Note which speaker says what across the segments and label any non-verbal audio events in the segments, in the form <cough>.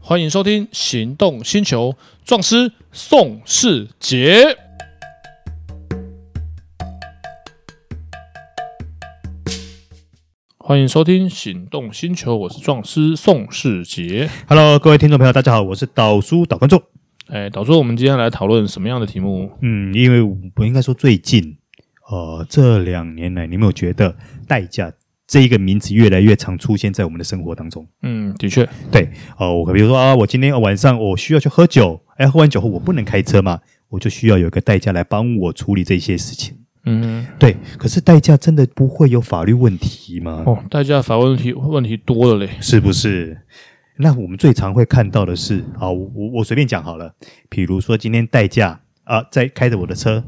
Speaker 1: 欢迎收听《行动星球》，壮师宋世杰。欢迎收听《行动星球》，我是壮师宋世杰。
Speaker 2: Hello，各位听众朋友，大家好，我是导叔导观众。
Speaker 1: 哎，导致我们今天来讨论什么样的题目？
Speaker 2: 嗯，因为我应该说最近，呃，这两年来，你有没有觉得代价这一个名词越来越常出现在我们的生活当中？
Speaker 1: 嗯，的确，
Speaker 2: 对，呃，我比如说啊，我今天晚上我需要去喝酒，哎，喝完酒后我不能开车嘛，我就需要有一个代驾来帮我处理这些事情。
Speaker 1: 嗯，
Speaker 2: 对，可是代驾真的不会有法律问题吗？
Speaker 1: 哦，代驾法问题问题多了嘞。
Speaker 2: 是不是？那我们最常会看到的是啊，我我我随便讲好了，比如说今天代驾啊，在开着我的车，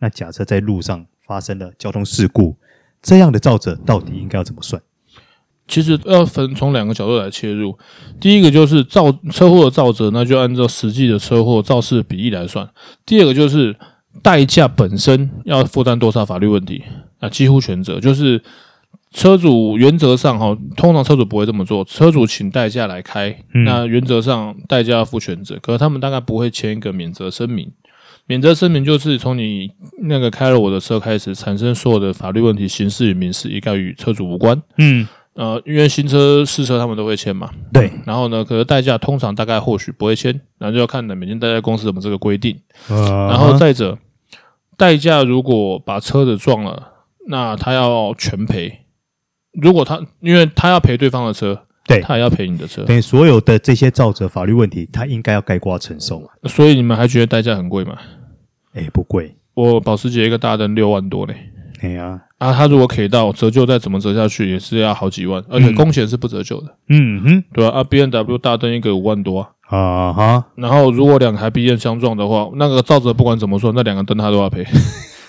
Speaker 2: 那假设在路上发生了交通事故，这样的肇责到底应该要怎么算？
Speaker 1: 其实要分从两个角度来切入，第一个就是造车祸的造者，那就按照实际的车祸肇事比例来算；第二个就是代驾本身要负担多少法律问题，啊，几乎全责就是车主原则上哈，通常车主不会这么做，车主请代驾来开，
Speaker 2: 嗯
Speaker 1: 那原则上代驾要负全责，可是他们大概不会签一个免责声明。免责声明就是从你那个开了我的车开始，产生所有的法律问题，刑事与民事一概与车主无关。
Speaker 2: 嗯，
Speaker 1: 呃，因为新车、试车他们都会签嘛，
Speaker 2: 对，
Speaker 1: 然后呢，可是代驾通常大概或许不会签，然后就要看每间代驾公司怎么这个规定。然
Speaker 2: 然
Speaker 1: 后再者，代驾如果把车子撞了，那他要全赔。如果他因为他要赔对方的车，
Speaker 2: 对
Speaker 1: 他也要赔你的车，
Speaker 2: 等于所有的这些肇责法律问题，他应该要盖瓜承受嘛？
Speaker 1: 所以你们还觉得代驾很贵吗？
Speaker 2: 哎，不贵，
Speaker 1: 我保时捷一个大灯六万多嘞，
Speaker 2: 哎呀，
Speaker 1: 啊，他如果 K 到折旧再怎么折下去也是要好几万，而且
Speaker 2: 嗯
Speaker 1: 工钱是不折旧的，
Speaker 2: 嗯哼，
Speaker 1: 对吧、啊？b N W 大灯一个五万多啊、
Speaker 2: 啊哈，
Speaker 1: 然后如果两台 B 线相撞的话，那个照着不管怎么说，那两个灯他都要赔， <laughs>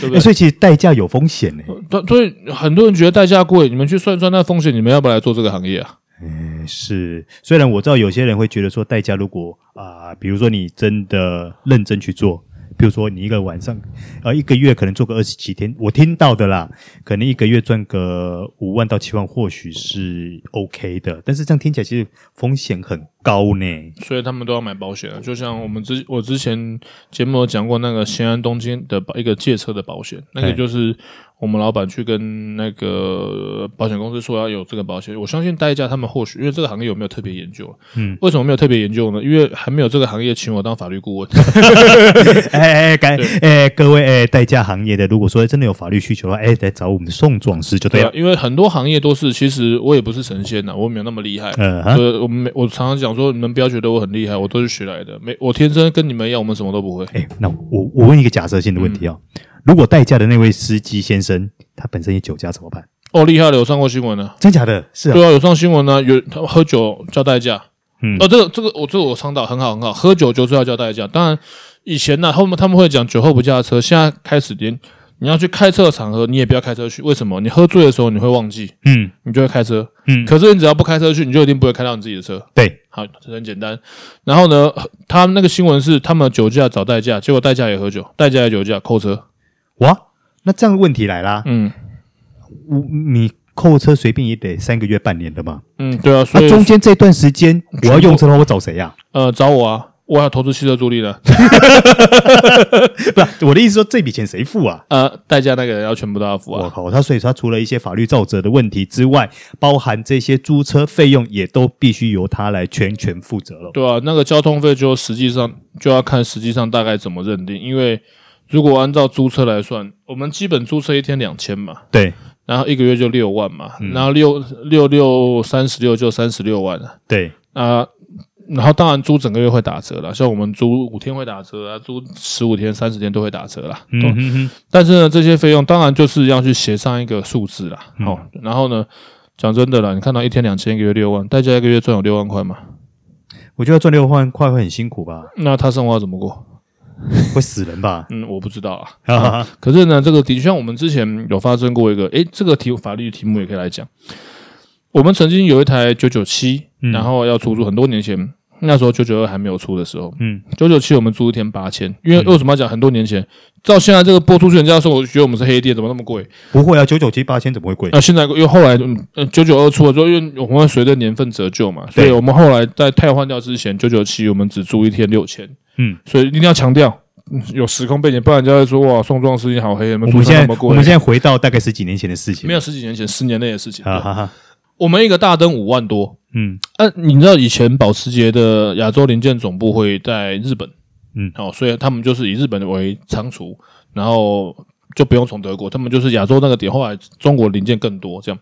Speaker 1: 对不
Speaker 2: 哎
Speaker 1: 对？
Speaker 2: 所以其实代驾有风险呢。
Speaker 1: 对所以很多人觉得代价贵，你们去算一算那风险，你们要不要来做这个行业啊？
Speaker 2: 嗯是，虽然我知道有些人会觉得说代驾，如果啊、比如说你真的认真去做，比如说你一个晚上，呃，一个月可能做个二十几天，我听到的啦，可能一个月赚个五万到七万，或许是 OK 的，但是这样听起来其实风险很高
Speaker 1: <laughs>
Speaker 2: 呢。
Speaker 1: 所以他们都要买保险啊，就像我们之我之前节目有讲过那个西安东京的保一个借车的保险，那个
Speaker 2: 对
Speaker 1: 就是我们老板去跟那个保险公司说要有这个保险。我相信代价他们或许因为这个行业有没有特别研究，啊
Speaker 2: 嗯，
Speaker 1: 为什么没有特别研究呢？因为还没有这个行业请我当法律顾问。
Speaker 2: 哎哎，感哎各位哎代驾行业的，如果说真的有法律需求的话，哎来找我们宋壮师就对
Speaker 1: 对啊
Speaker 2: 了。，
Speaker 1: 因为很多行业都是，其实我也不是神仙呐、我没有那么厉害。
Speaker 2: 呃哈，
Speaker 1: 呃，我没，我常常讲说，你们不要觉得我很厉害，我都是学来的，没，我天生跟你们一样，我们什么都不会。
Speaker 2: 哎，那我我问一个假设性的问题哦，
Speaker 1: 嗯
Speaker 2: 如果代驾的那位司机先生他本身也酒驾怎么办？
Speaker 1: 哦，厉害了，有上过新闻呢、
Speaker 2: 真假的？是啊，
Speaker 1: 对啊，有上新闻呢、有他喝酒叫代驾。
Speaker 2: 嗯
Speaker 1: 哦，这个这个我这个我倡导很好很好，喝酒就是要叫代驾。当然，以前呢、后面他们会讲酒后不驾车，现在开始连你要去开车的场合，你也不要开车去。为什么？你喝醉的时候你会忘记，
Speaker 2: 嗯
Speaker 1: 你就会开车。
Speaker 2: 嗯，
Speaker 1: 可是你只要不开车去，你就一定不会开到你自己的车。
Speaker 2: 对，
Speaker 1: 好，这很简单。然后呢，他那个新闻是他们酒驾找代驾，结果代驾也喝酒，代驾也酒驾扣车。
Speaker 2: 哇，那这样问题来啦，
Speaker 1: 嗯
Speaker 2: 我你扣车随便也得三个月半年的嘛，
Speaker 1: 嗯，对啊，所
Speaker 2: 那
Speaker 1: 以、
Speaker 2: 中间这段时间我要用车的话，我找谁
Speaker 1: <laughs>
Speaker 2: 呀？
Speaker 1: 呃找我啊，我要投资汽车助力的，
Speaker 2: 不是，我的意思说这笔钱谁付啊？
Speaker 1: 呃，代驾那个人要全部都要付
Speaker 2: 我
Speaker 1: 啊。
Speaker 2: 靠，他所以他除了一些法律造责的问题之外，包含这些租车费用也都必须由他来全权负责了。
Speaker 1: 对啊，那个交通费就实际上就要看实际上大概怎么认定，因为如果按照租车来算，我们基本租车一天两千嘛，
Speaker 2: 对
Speaker 1: 然后一个月就六万嘛，然后六六六三十六就三十六万了、
Speaker 2: 对，
Speaker 1: 啊，然后当然租整个月会打折啦，像我们租五天会打折啊，租十五天、三十天都会打折啦。
Speaker 2: 嗯
Speaker 1: 嗯，
Speaker 2: 哼哼，
Speaker 1: 但是呢，这些费用当然就是要去协商一个数字啦。好、然后呢，讲真的啦，你看到一天两千，一个月六万，代价一个月赚有六万块嘛，
Speaker 2: 我觉得赚六万块会很辛苦
Speaker 1: <laughs>
Speaker 2: 吧，
Speaker 1: 那他生活要怎么过？
Speaker 2: 会死人吧？
Speaker 1: 嗯，我不知道啊。
Speaker 2: 啊，
Speaker 1: 可是呢，这个的确像我们之前有发生过一个，诶，这个题法律题
Speaker 2: 嗯
Speaker 1: 目也可以来讲。我们曾经有一台九九七，然后要出租，很多年前，那时候九九二还没有出的时候，
Speaker 2: 嗯，
Speaker 1: 九九七我们租一天八千，因为为什么要讲很多年前，到现在这个播出去，人家说我觉得我们是黑店，怎么那么贵？
Speaker 2: 不会啊，九九七八千怎么会贵？
Speaker 1: 那、现在因为后来嗯呃九九二出了之后，因为我们会随着年份折旧嘛，所以我们后来在汰换掉之前，九九七我们只租一天六千，
Speaker 2: 嗯，
Speaker 1: 所以一定要强调嗯有时空背景，不然人家会说哇，宋壮士你好黑，有没
Speaker 2: 我
Speaker 1: 有
Speaker 2: 们
Speaker 1: 租
Speaker 2: 现
Speaker 1: 那
Speaker 2: 在
Speaker 1: 么
Speaker 2: 我
Speaker 1: 贵
Speaker 2: 们？现在回到大概十几年前的事情，
Speaker 1: 没有十几年前，十年内的事情。
Speaker 2: 啊哈哈，
Speaker 1: 我们一个大灯五万多，
Speaker 2: 嗯
Speaker 1: 啊，你知道以前保时捷的亚洲零件总部会在日本，
Speaker 2: 嗯
Speaker 1: 哦，所以他们就是以日本为仓储，然后就不用从德国，他们就是亚洲那个点。后来中国零件更多，这样。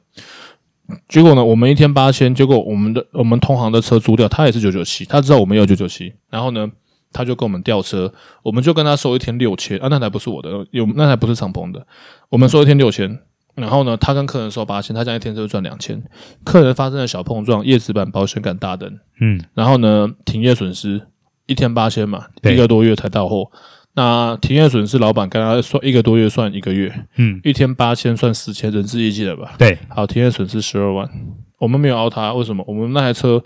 Speaker 1: 结果呢，我们一天八千，结果我们的我们同行的车租掉，他也是九九七，他知道我们要九九七，然后呢，他就跟我们调车，我们就跟他收一天六千啊，那台不是我的，有那台不是敞篷的，我们收一天六千，然后呢，他跟客人收八千，他这样一天就赚两千，客人发生了小碰撞，叶子板、保险杆、大灯，
Speaker 2: 嗯，
Speaker 1: 然后呢，停业损失一天八千嘛，
Speaker 2: 对
Speaker 1: 一个多月才到货。那停业损失，老板跟他算一个多月算一个月，
Speaker 2: 嗯，
Speaker 1: 一天八千算四千，人事业绩了吧？
Speaker 2: 对，
Speaker 1: 好，停业损失十二万，我们没有凹他，为什么？我们那台车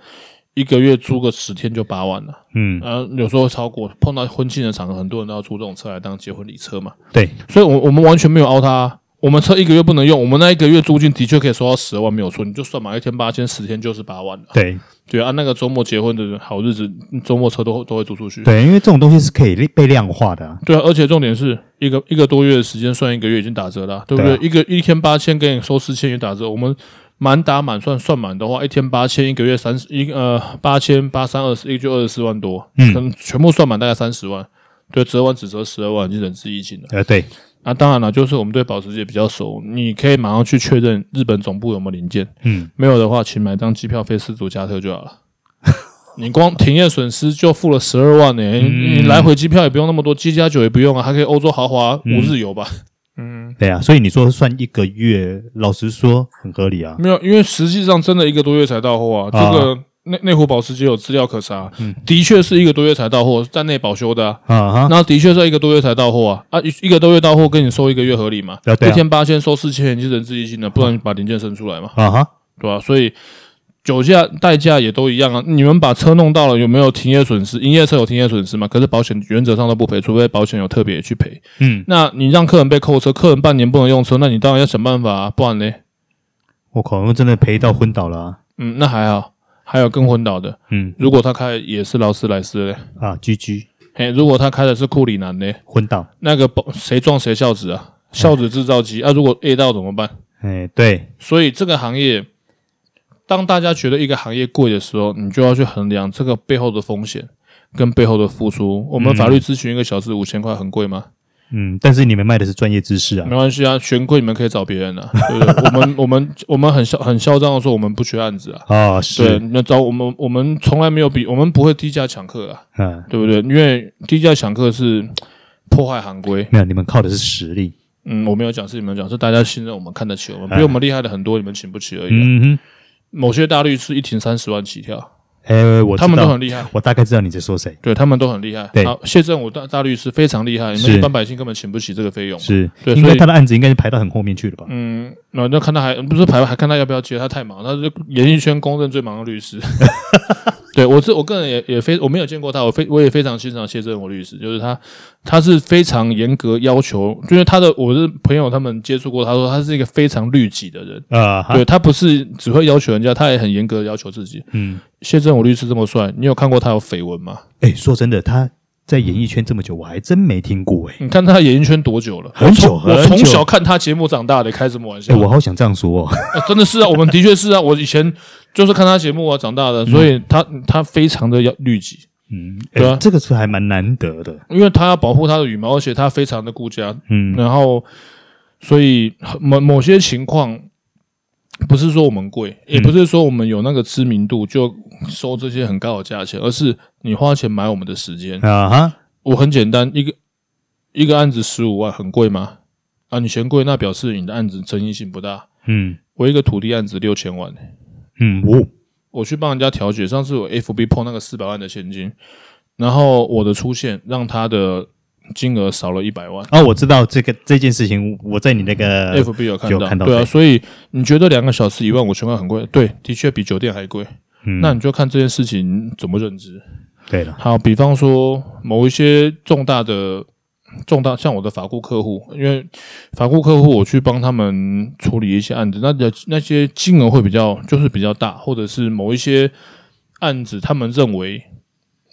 Speaker 1: 一个月租个十天就八万了，
Speaker 2: 嗯
Speaker 1: 然后有时候超过，碰到婚庆的场合，很多人都要租这种车来当结婚礼车嘛，
Speaker 2: 对，
Speaker 1: 所以我我们完全没有凹他啊。我们车一个月不能用，我们那一个月租金的确可以收到十万，没有错。你就算嘛，一天八千，十天就是八万了。
Speaker 2: 对
Speaker 1: 对啊，那个周末结婚的好日子，嗯周末车都都会租出去。
Speaker 2: 对，因为这种东西是可以被量化的啊，
Speaker 1: 对啊，而且重点是一个一个多月的时间算一个月已经打折了啊、对不对？
Speaker 2: 对啊
Speaker 1: 一个一天八千给你收四千也打折，我们满打满算算满的话，一天八千，一个月三十一呃八千八三二十，一个就二十四万多，
Speaker 2: 嗯
Speaker 1: 可能全部算满大概三十万。对，折完只折十二万，已经仁至义尽了。
Speaker 2: 呃，对，
Speaker 1: 那、当然了，就是我们对保时捷比较熟，你可以马上去确认日本总部有没有零件。
Speaker 2: 嗯，
Speaker 1: 没有的话，请买张机票飞斯图加特就好了。你光停业损失就付了十二万呢、你你来回机票也不用那么多，机加酒也不用啊，还可以欧洲豪华五日游吧？嗯，
Speaker 2: 对啊，所以你说算一个月，老实说很合理啊，
Speaker 1: <laughs> 没有，因为实际上真的一个多月才到货啊。这个内内湖保时捷有资料可查，的确是一个多月才到货，在内保修的啊。
Speaker 2: 啊哈，
Speaker 1: 那的确是一个多月才到货啊啊，一一个多月到货，跟你收一个月合理吗？
Speaker 2: 啊对啊
Speaker 1: 一天八千收四千，你是仁至义尽的，不然你把零件生出来嘛。
Speaker 2: 啊哈，
Speaker 1: 对吧、所以酒驾代驾也都一样啊。你们把车弄到了，有没有停业损失？营业车有停业损失嘛？可是保险原则上都不赔，除非保险有特别去赔。
Speaker 2: 嗯，
Speaker 1: 那你让客人被扣车，客人半年不能用车，那你当然要想办法啊，不然呢？
Speaker 2: 我靠，我真的赔到昏倒了啊，
Speaker 1: 嗯，那还好。还有更昏倒的，
Speaker 2: 嗯
Speaker 1: 如果他开的也是劳斯莱斯嘞，
Speaker 2: 啊，GG
Speaker 1: 嘿，如果他开的是库里南嘞，
Speaker 2: 昏倒，
Speaker 1: 那个保谁撞谁孝子啊？孝子制造机啊，如果 A 到怎么办？
Speaker 2: 哎，对，
Speaker 1: 所以这个行业，当大家觉得一个行业贵的时候，你就要去衡量这个背后的风险跟背后的付出。我们法律咨询一个小时五千块很贵吗？
Speaker 2: 嗯，但是你们卖的是专业知识啊
Speaker 1: 没，关系啊，嫌贵你们可以找别人啊。对不对？ <laughs> 我们我们我们很嚣很嚣张的说，我们不缺案子啊。
Speaker 2: 啊，
Speaker 1: 对，
Speaker 2: 是，
Speaker 1: 那找我们，我们从来没有比我们不会低价抢客啊，
Speaker 2: 嗯，
Speaker 1: 对不对？因为低价抢客是破坏行规。
Speaker 2: 没有，你们靠的是实力，
Speaker 1: 嗯，我没有讲是你们讲，是大家信任我们，看得起我们，比我们厉害的很多，你们请不起而已啊、
Speaker 2: 哎嗯哼，
Speaker 1: 某些大律师一庭三十万起跳，
Speaker 2: 哎，我知
Speaker 1: 他们都
Speaker 2: 道
Speaker 1: 很厉害。
Speaker 2: 我大概知道你在说谁，
Speaker 1: 对他们都很厉害。
Speaker 2: 对
Speaker 1: 好，谢振武大大律师非常厉害，你们
Speaker 2: 是
Speaker 1: 一般百姓根本请不起这个费用。
Speaker 2: 是，
Speaker 1: 对
Speaker 2: 应
Speaker 1: 所
Speaker 2: 该
Speaker 1: 以
Speaker 2: 他的案子应该是排到很后面去了吧？
Speaker 1: 嗯，那那看他还不是排还看他要不要接，他太忙，他是演艺圈公认最忙的律
Speaker 2: <laughs>
Speaker 1: 师。对我这我个人也也非我没有见过他，我非我也非常欣赏谢振武律师，就是他他是非常严格要求，就是他的我的朋友他们接触过，他说他是一个非常律己的人，
Speaker 2: 啊哈，
Speaker 1: 对他不是只会要求人家，他也很严格地要求自己。
Speaker 2: 嗯，
Speaker 1: 谢振武律师这么帅，你有看过他有绯闻吗？
Speaker 2: 哎，说真的，他在演艺圈这么久，我还真没听过哎。
Speaker 1: 你看他演艺圈多久了？
Speaker 2: 很久
Speaker 1: 我从我
Speaker 2: 很
Speaker 1: 从
Speaker 2: 久
Speaker 1: 小看他节目长大的，开什么玩笑？
Speaker 2: 哎，我好想这样说哦。
Speaker 1: 啊真的是啊，我们的确是啊，我以前就是看他节目啊长大的，所以他他非常的要律己，
Speaker 2: 嗯，哎
Speaker 1: 对啊
Speaker 2: 这个是还蛮难得的。
Speaker 1: 因为他要保护他的羽毛，而且他非常的顾家，
Speaker 2: 嗯
Speaker 1: 然后所以某某些情况。不是说我们贵，也不是说我们有那个知名度就收这些很高的价钱，而是你花钱买我们的时间。
Speaker 2: 啊哈，
Speaker 1: 我很简单，一个一个案子十五万，很贵吗？啊，你嫌贵，那表示你的案子争议性不大。
Speaker 2: 嗯
Speaker 1: 我一个土地案子六千万，
Speaker 2: 嗯，哦，
Speaker 1: 我去帮人家调解。上次我 FB 碰那个四百万的现金，然后我的出现让他的金额少了一百万。
Speaker 2: 啊，我知道这个这件事情，我在你那
Speaker 1: 哎
Speaker 2: 个
Speaker 1: FB 有看
Speaker 2: 有
Speaker 1: 到，
Speaker 2: 看到
Speaker 1: 对啊，
Speaker 2: 对
Speaker 1: 所以你觉得两个小时一万五千块很贵？对，的确比酒店还贵。
Speaker 2: 嗯
Speaker 1: 那你就看这件事情怎么认知。
Speaker 2: 对了，
Speaker 1: 好，比方说某一些重大的重大，像我的法顾客户，因为法顾客户我去帮他们处理一些案子，那的那些金额会比较就是比较大，或者是某一些案子，他们认为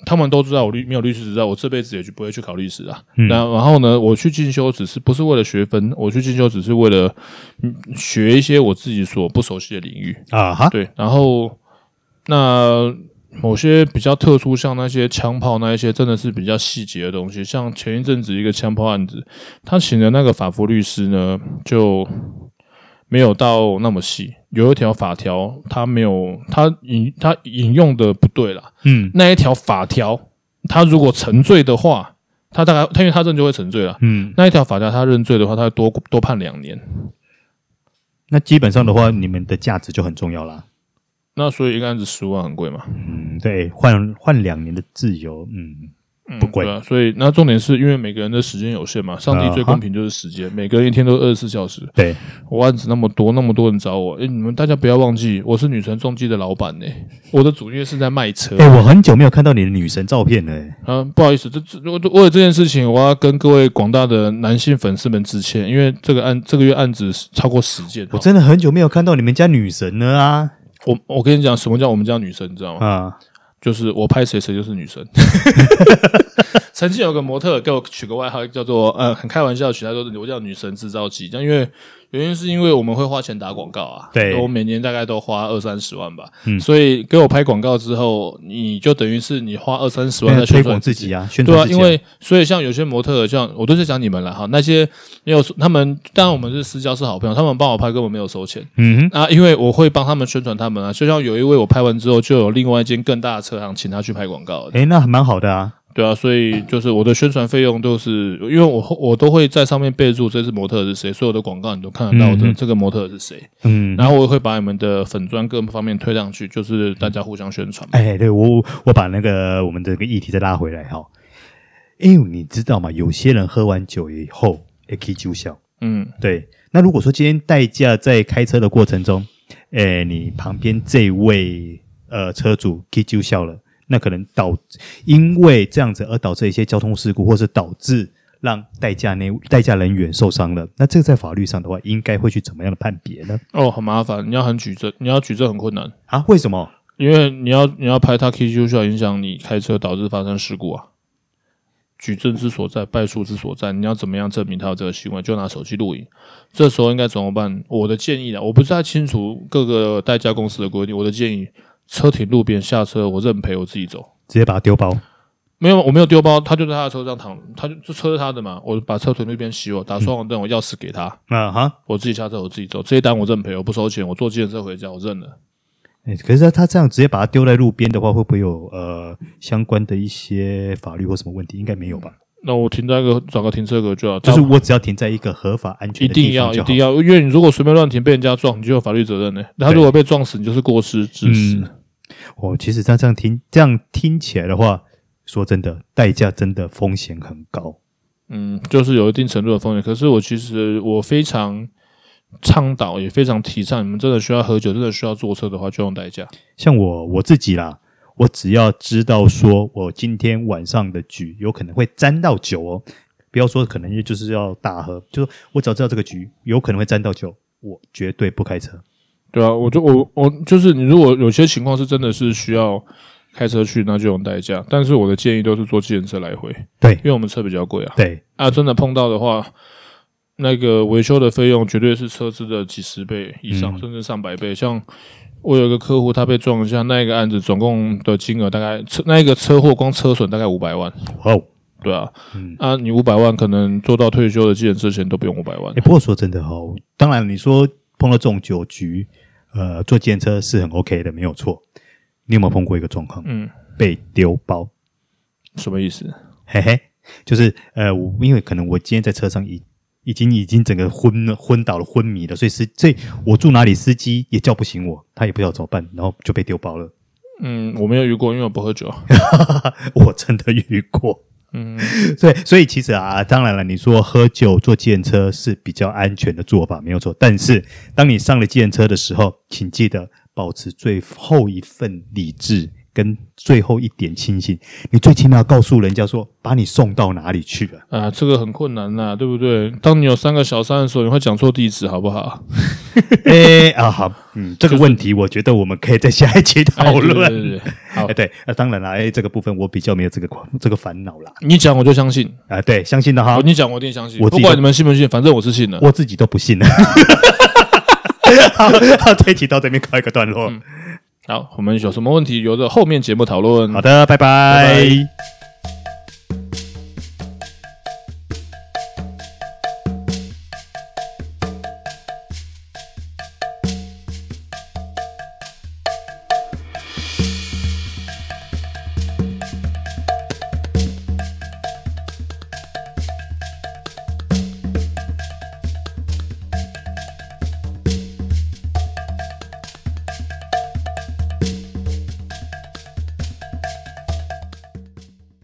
Speaker 1: 他们都知道我律没有律师执照，我这辈子也就不会去考律师啊。
Speaker 2: 嗯
Speaker 1: 那然后呢，我去进修只是不是为了学分，我去进修只是为了嗯学一些我自己所不熟悉的领域。
Speaker 2: 啊哈，
Speaker 1: 对，然后那某些比较特殊，像那些枪炮那一些，真的是比较细节的东西。像前一阵子一个枪炮案子，他请的那个法服律师呢，就没有到那么细。有一条法条，他没有，他引他引用的不对啦。
Speaker 2: 嗯
Speaker 1: 那一条法条，他如果沉醉的话，他大概他因为他认就会沉醉了。
Speaker 2: 嗯，
Speaker 1: 那一条法条他认罪的话，他会多多判两年。
Speaker 2: 那基本上的话，你们的价值就很重要啦。
Speaker 1: 那所以一个案子十万很贵嘛？
Speaker 2: 嗯，对，换换两年的自由，嗯，不贵
Speaker 1: 对啊，所以那重点是因为每个人的时间有限嘛，上帝最公平就是时间，每个人一天都二十四小时。
Speaker 2: 对，
Speaker 1: 我案子那么多，那么多人找我，哎，你们大家不要忘记，我是女神重机的老板呢、我的主业是在卖车。
Speaker 2: 哎、我很久没有看到你的女神照片了、欸
Speaker 1: 啊，不好意思，这这我为了这件事情，我要跟各位广大的男性粉丝们致歉，因为这个案这个月案子超过十件。
Speaker 2: 我真的很久没有看到你们家女神了啊
Speaker 1: 我我跟你讲，什么叫我们家女神，你知道吗？
Speaker 2: 啊！
Speaker 1: 就是我拍谁谁就是女神。 <laughs> 曾经有个模特给我取个外号叫做呃，很开玩笑取，他说我叫女神制造机，但因为原因是因为我们会花钱打广告啊，
Speaker 2: 对
Speaker 1: 我每年大概都花二三十万吧，
Speaker 2: 嗯
Speaker 1: 所以给我拍广告之后，你就等于是你花二三十万在
Speaker 2: 推
Speaker 1: 宣
Speaker 2: 广
Speaker 1: 传
Speaker 2: 自己
Speaker 1: 啊。
Speaker 2: 啊，宣
Speaker 1: 对
Speaker 2: 传
Speaker 1: 啊，
Speaker 2: 自己、
Speaker 1: 因为所以像有些模特，像我都是讲你们了哈，那些没有他们，当然我们是私交是好朋友，他们帮我拍根本没有收钱， <laughs>
Speaker 2: 嗯
Speaker 1: 啊，因为我会帮他们宣传他们啊，就像有一位我拍完之后，就有另外一间更大的车行请他去拍广告
Speaker 2: 哼，，哎、那还蛮好的啊。
Speaker 1: 对啊，所以就是我的宣传费用都是，因为我我都会在上面备注这次模特是谁，所有的广告你都看得到
Speaker 2: 嗯
Speaker 1: 的
Speaker 2: 嗯
Speaker 1: 这个模特是谁，
Speaker 2: 嗯，
Speaker 1: 然后我会把你们的粉砖各方面推上去，就是大家互相宣传嘛。
Speaker 2: 哎、对我我把那个我们这个议题再拉回来哈、因为你知道吗？有些人喝完酒以后也可以酒笑。
Speaker 1: 嗯，
Speaker 2: 对，那如果说今天代驾在开车的过程中，哎，你旁边这位呃车主给就笑了，那可能导因为这样子而导致一些交通事故，或是导致让代驾那代驾人员受伤了，那这个在法律上的话，应该会去怎么样的判别呢？
Speaker 1: 哦，很麻烦，你要很举证，你要举证很困难，
Speaker 2: 啊，为什么？
Speaker 1: 因为你要你要拍他 K 就需要影响你开车导致发生事故啊。举证之所在，败诉之所在，你要怎么样证明他有这个行为？就拿手机录影。这时候应该怎么办？我的建议啊，我不太清楚各个代驾公司的规定。我的建议，车停路边下车，我认赔，我自己走。
Speaker 2: 直接把它丢包？
Speaker 1: 没有，我没有丢包，他就在他的车上躺，他就这车是他的嘛，我把车停路边洗我，打双黄灯，我钥匙给他，
Speaker 2: 啊哈，
Speaker 1: 我自己下车，我自己走。这一单我认赔，我不收钱，我坐计程车回家，我认了。
Speaker 2: 哎，可是他他这样直接把它丢在路边的话，会不会有呃相关的一些法律或什么问题？应该没有吧？
Speaker 1: 那我停在一个找个停车格就好，
Speaker 2: 就是我只要停在一个合法安全
Speaker 1: 一
Speaker 2: 的
Speaker 1: 定
Speaker 2: 地
Speaker 1: 要
Speaker 2: 方
Speaker 1: 一
Speaker 2: 就好
Speaker 1: 定。要，因为你如果随便乱停被人家撞，你就有法律责任呢、他如果被撞死，你就是过失致死。
Speaker 2: 嗯哦，其实他这样听这样听起来的话，说真的，代价真的风险很高。
Speaker 1: 嗯就是有一定程度的风险。可是我其实我非常倡导，也非常提倡，你们真的需要喝酒，真的需要坐车的话，就用代驾。
Speaker 2: 像我我自己啦，我只要知道说我今天晚上的局有可能会沾到酒哦，不要说可能就是要大喝，就是我只要知道这个局有可能会沾到酒，我绝对不开车。
Speaker 1: 对啊，我就我我就是，你如果有些情况是真的是需要开车去，那就用代驾。但是我的建议都是坐计程车来回，
Speaker 2: 对
Speaker 1: 因为我们车比较贵啊。
Speaker 2: 对，
Speaker 1: 啊，真的碰到的话，那个维修的费用绝对是车资的几十倍以上，
Speaker 2: 嗯
Speaker 1: 甚至上百倍。像我有一个客户，他被撞一下，那一个案子总共的金额大概车那一个车祸光车损大概五百万，
Speaker 2: 哇哦，
Speaker 1: 对啊，
Speaker 2: 嗯
Speaker 1: 啊，你五百万可能做到退休的计程车钱都不用五百万
Speaker 2: 哎、，不过说真的哦，当然你说碰到这种酒局，呃，坐电车是很 OK 的，没有错。你有没有碰过一个状况？
Speaker 1: 嗯，
Speaker 2: 被丢包。
Speaker 1: 什么意思？
Speaker 2: 嘿嘿，就是呃，我因为可能我今天在车上已已经已经整个昏了昏倒了昏迷了，所以司所以我住哪里司机也叫不醒我，他也不知道怎么办，然后就被丢包了。
Speaker 1: 嗯，我没有遇过，因为我不喝酒。
Speaker 2: <laughs> 我真的遇过，
Speaker 1: 嗯，
Speaker 2: 所以所以其实啊，当然了，你说喝酒坐计程车是比较安全的做法，没有错。但是当你上了计程车的时候，请记得保持最后一份理智跟最后一点清醒。你最起码要告诉人家说，把你送到哪里去
Speaker 1: <laughs>
Speaker 2: 了。
Speaker 1: 啊，这个很困难呐、对不对？当你有三个小三的时候，你会讲错地址，好不好？
Speaker 2: 哎、啊，好，嗯，这个问题我觉得我们可以在下一期
Speaker 1: 哎
Speaker 2: 讨论。
Speaker 1: 对对对对，好
Speaker 2: 哎，，对，那当然啦，哎，这个部分我比较没有这个困这个烦恼啦。
Speaker 1: 你讲我就相信，
Speaker 2: 啊，对，相信的哈
Speaker 1: 哦，你讲我一定相信，
Speaker 2: 我自
Speaker 1: 不
Speaker 2: 己
Speaker 1: 管
Speaker 2: 都
Speaker 1: 你们信不信，反正我是信了。
Speaker 2: 我自己都不 <laughs> 信了。好，好这一期到这边告一个段落。
Speaker 1: 好，我们有什么问题留着后面节目讨论。
Speaker 2: 好的，拜拜
Speaker 1: 拜